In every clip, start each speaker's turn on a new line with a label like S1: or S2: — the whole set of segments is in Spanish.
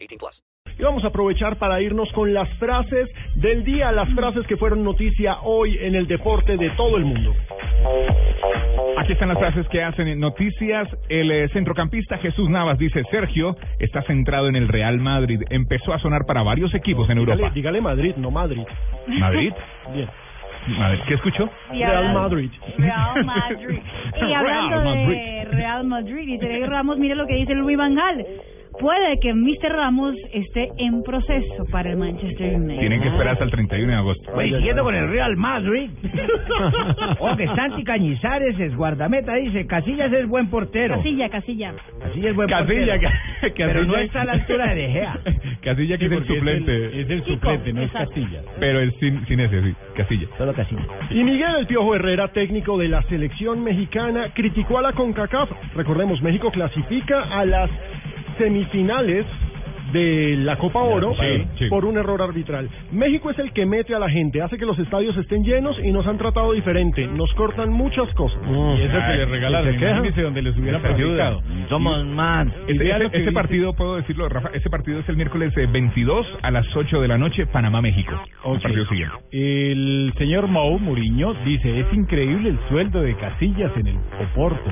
S1: 18 plus.
S2: Y vamos a aprovechar para irnos con las frases del día, las frases que fueron noticia hoy en el deporte de todo el mundo.
S3: Aquí están las frases que hacen en noticias. El eh, centrocampista Jesús Navas dice, Sergio está centrado en el Real Madrid. Empezó a sonar para varios equipos en
S2: Dígale,
S3: Europa.
S2: dígale Madrid, no Madrid.
S3: Madrid.
S2: Bien.
S3: Madrid. ¿Qué escuchó?
S4: Y
S2: Real
S4: hablando-
S2: Madrid.
S4: Real Madrid. Y hablando
S3: Real
S4: de Real Madrid y Sergio Ramos, mire lo que dice Luis Van Gaal. Puede que Mr. Ramos esté en proceso para el Manchester United.
S3: Tienen que esperar hasta el 31 de agosto.
S5: Pues siguiendo con el Real Madrid. o que Santi Cañizares es guardameta, dice. Casillas es buen portero.
S4: Casilla, casilla.
S5: Casillas es buen
S3: Casilla,
S5: portero.
S3: Ca-
S5: Pero no
S3: Casilla-
S5: está a la altura de De Gea.
S3: Casilla que es el suplente.
S4: Chico, suplente, no es exacto. Castilla.
S3: Pero el sin, sin ese, sí. Casilla.
S5: Solo Casillas.
S2: Y Miguel El Piojo Herrera, técnico de la selección mexicana, criticó a la CONCACAF. Recordemos, México clasifica a las semifinales de la Copa Oro eh,
S3: Copa Oro, sí.
S2: por un error arbitral. México es el que mete a la gente, hace que los estadios estén llenos y nos han tratado diferente. Nos cortan muchas cosas.
S3: que le regalaron, imagínese
S6: donde les hubieran
S3: perjudicado.
S5: Somos más.
S3: Este,
S6: vea
S3: este-
S6: lo que
S3: este
S6: dice-
S3: partido, puedo decirlo, Rafa, este partido es el miércoles eh, 22 a las 8 de la noche, Panamá-México. El
S6: Ok.
S3: partido siguiente.
S6: El señor Mau Muriño dice, es increíble el sueldo de Casillas en el Oporto.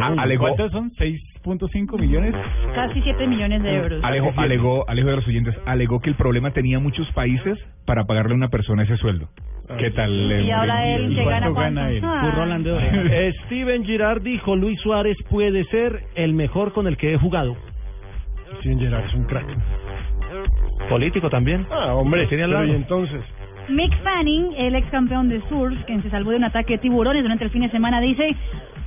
S6: Ah,
S3: A- alegó-
S6: ¿Cuánto son? ¿6.5 millones?
S4: Casi 7 millones de
S2: Ah,
S4: euros.
S3: Alejo, alegó, Alejo de los oyentes, alegó que el problema tenía muchos países para pagarle a una persona ese sueldo.
S2: Ah,
S3: ¿Qué tal? eh,
S4: Y ahora
S3: Mourinho?
S4: él se
S6: cuánto
S4: gana
S6: gana él?
S4: Ah.
S5: Steven Girard dijo, Luis Suárez puede ser el mejor con el que he jugado.
S2: Steven Gerrard es un crack.
S5: Político también.
S2: Ah, hombre,
S5: Tenía al
S2: pero
S5: lado.
S2: y entonces.
S4: Mick Fanning, el ex campeón de Surs, quien se salvó de un ataque de tiburones durante el fin de semana, dice: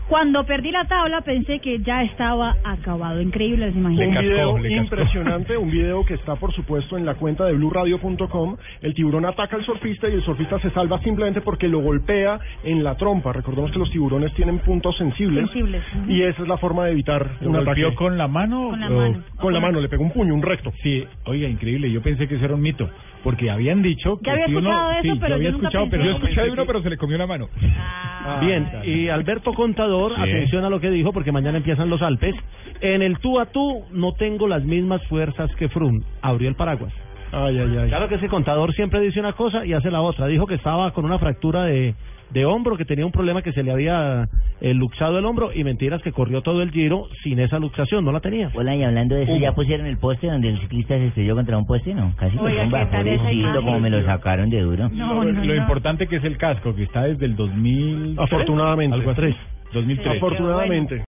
S4: Cuando perdí la tabla pensé que ya estaba acabado. Increíble, ¿se
S3: Le
S2: Un
S4: imaginan?
S3: cascó,
S2: video
S3: le cascó.
S2: impresionante, un video que está por supuesto en la cuenta de blueradio.com. El tiburón ataca al surfista y el surfista se salva simplemente porque lo golpea en la trompa. Recordemos que los tiburones tienen puntos sensibles,
S4: Sensibles, ujú.
S2: y esa es la forma de evitar
S6: ¿Lo
S2: un
S6: golpeó
S2: ataque.
S6: con la mano?
S4: Con la
S6: o-
S4: mano.
S2: oh, Con la mano, le pegó un puño, un recto.
S6: Sí, oiga, increíble, yo pensé que eso era un mito, porque habían dicho que
S4: Ya había
S6: si uno-
S4: escuchado eso,
S6: sí,
S4: pero
S6: yo había
S4: yo nunca
S6: escuchado, pero
S3: Yo
S4: pensé
S6: pensé
S3: escuché de uno,
S6: que-
S3: pero se le comió la mano.
S4: Ah,
S7: Bien,
S2: Ah,
S7: y Alberto Contador,
S3: Sí.
S7: atención a lo que dijo, porque mañana empiezan los Alpes. En el tú a tú no tengo las mismas fuerzas que Frum. Abrió el paraguas.
S2: Ay, ay, ay.
S7: Claro que ese contador siempre dice una cosa y hace la otra. Dijo que estaba con una fractura de, de hombro, que tenía un problema que se le había eh, luxado el hombro y mentiras que corrió todo el giro sin esa luxación, no la tenía.
S8: Hola, y hablando de eso, ¿ya pusieron el poste donde el ciclista se estrelló contra un poste? No, casi
S4: Oiga,
S8: con un
S4: ¿qué tal esa
S8: vaporecito,
S4: imagen?
S8: como me lo sacaron de duro.
S4: No, no,
S6: Lo
S4: no.
S6: importante que es el casco, que está desde el 2000...
S2: Afortunadamente.
S6: Algo así. 2003.
S2: Afortunadamente.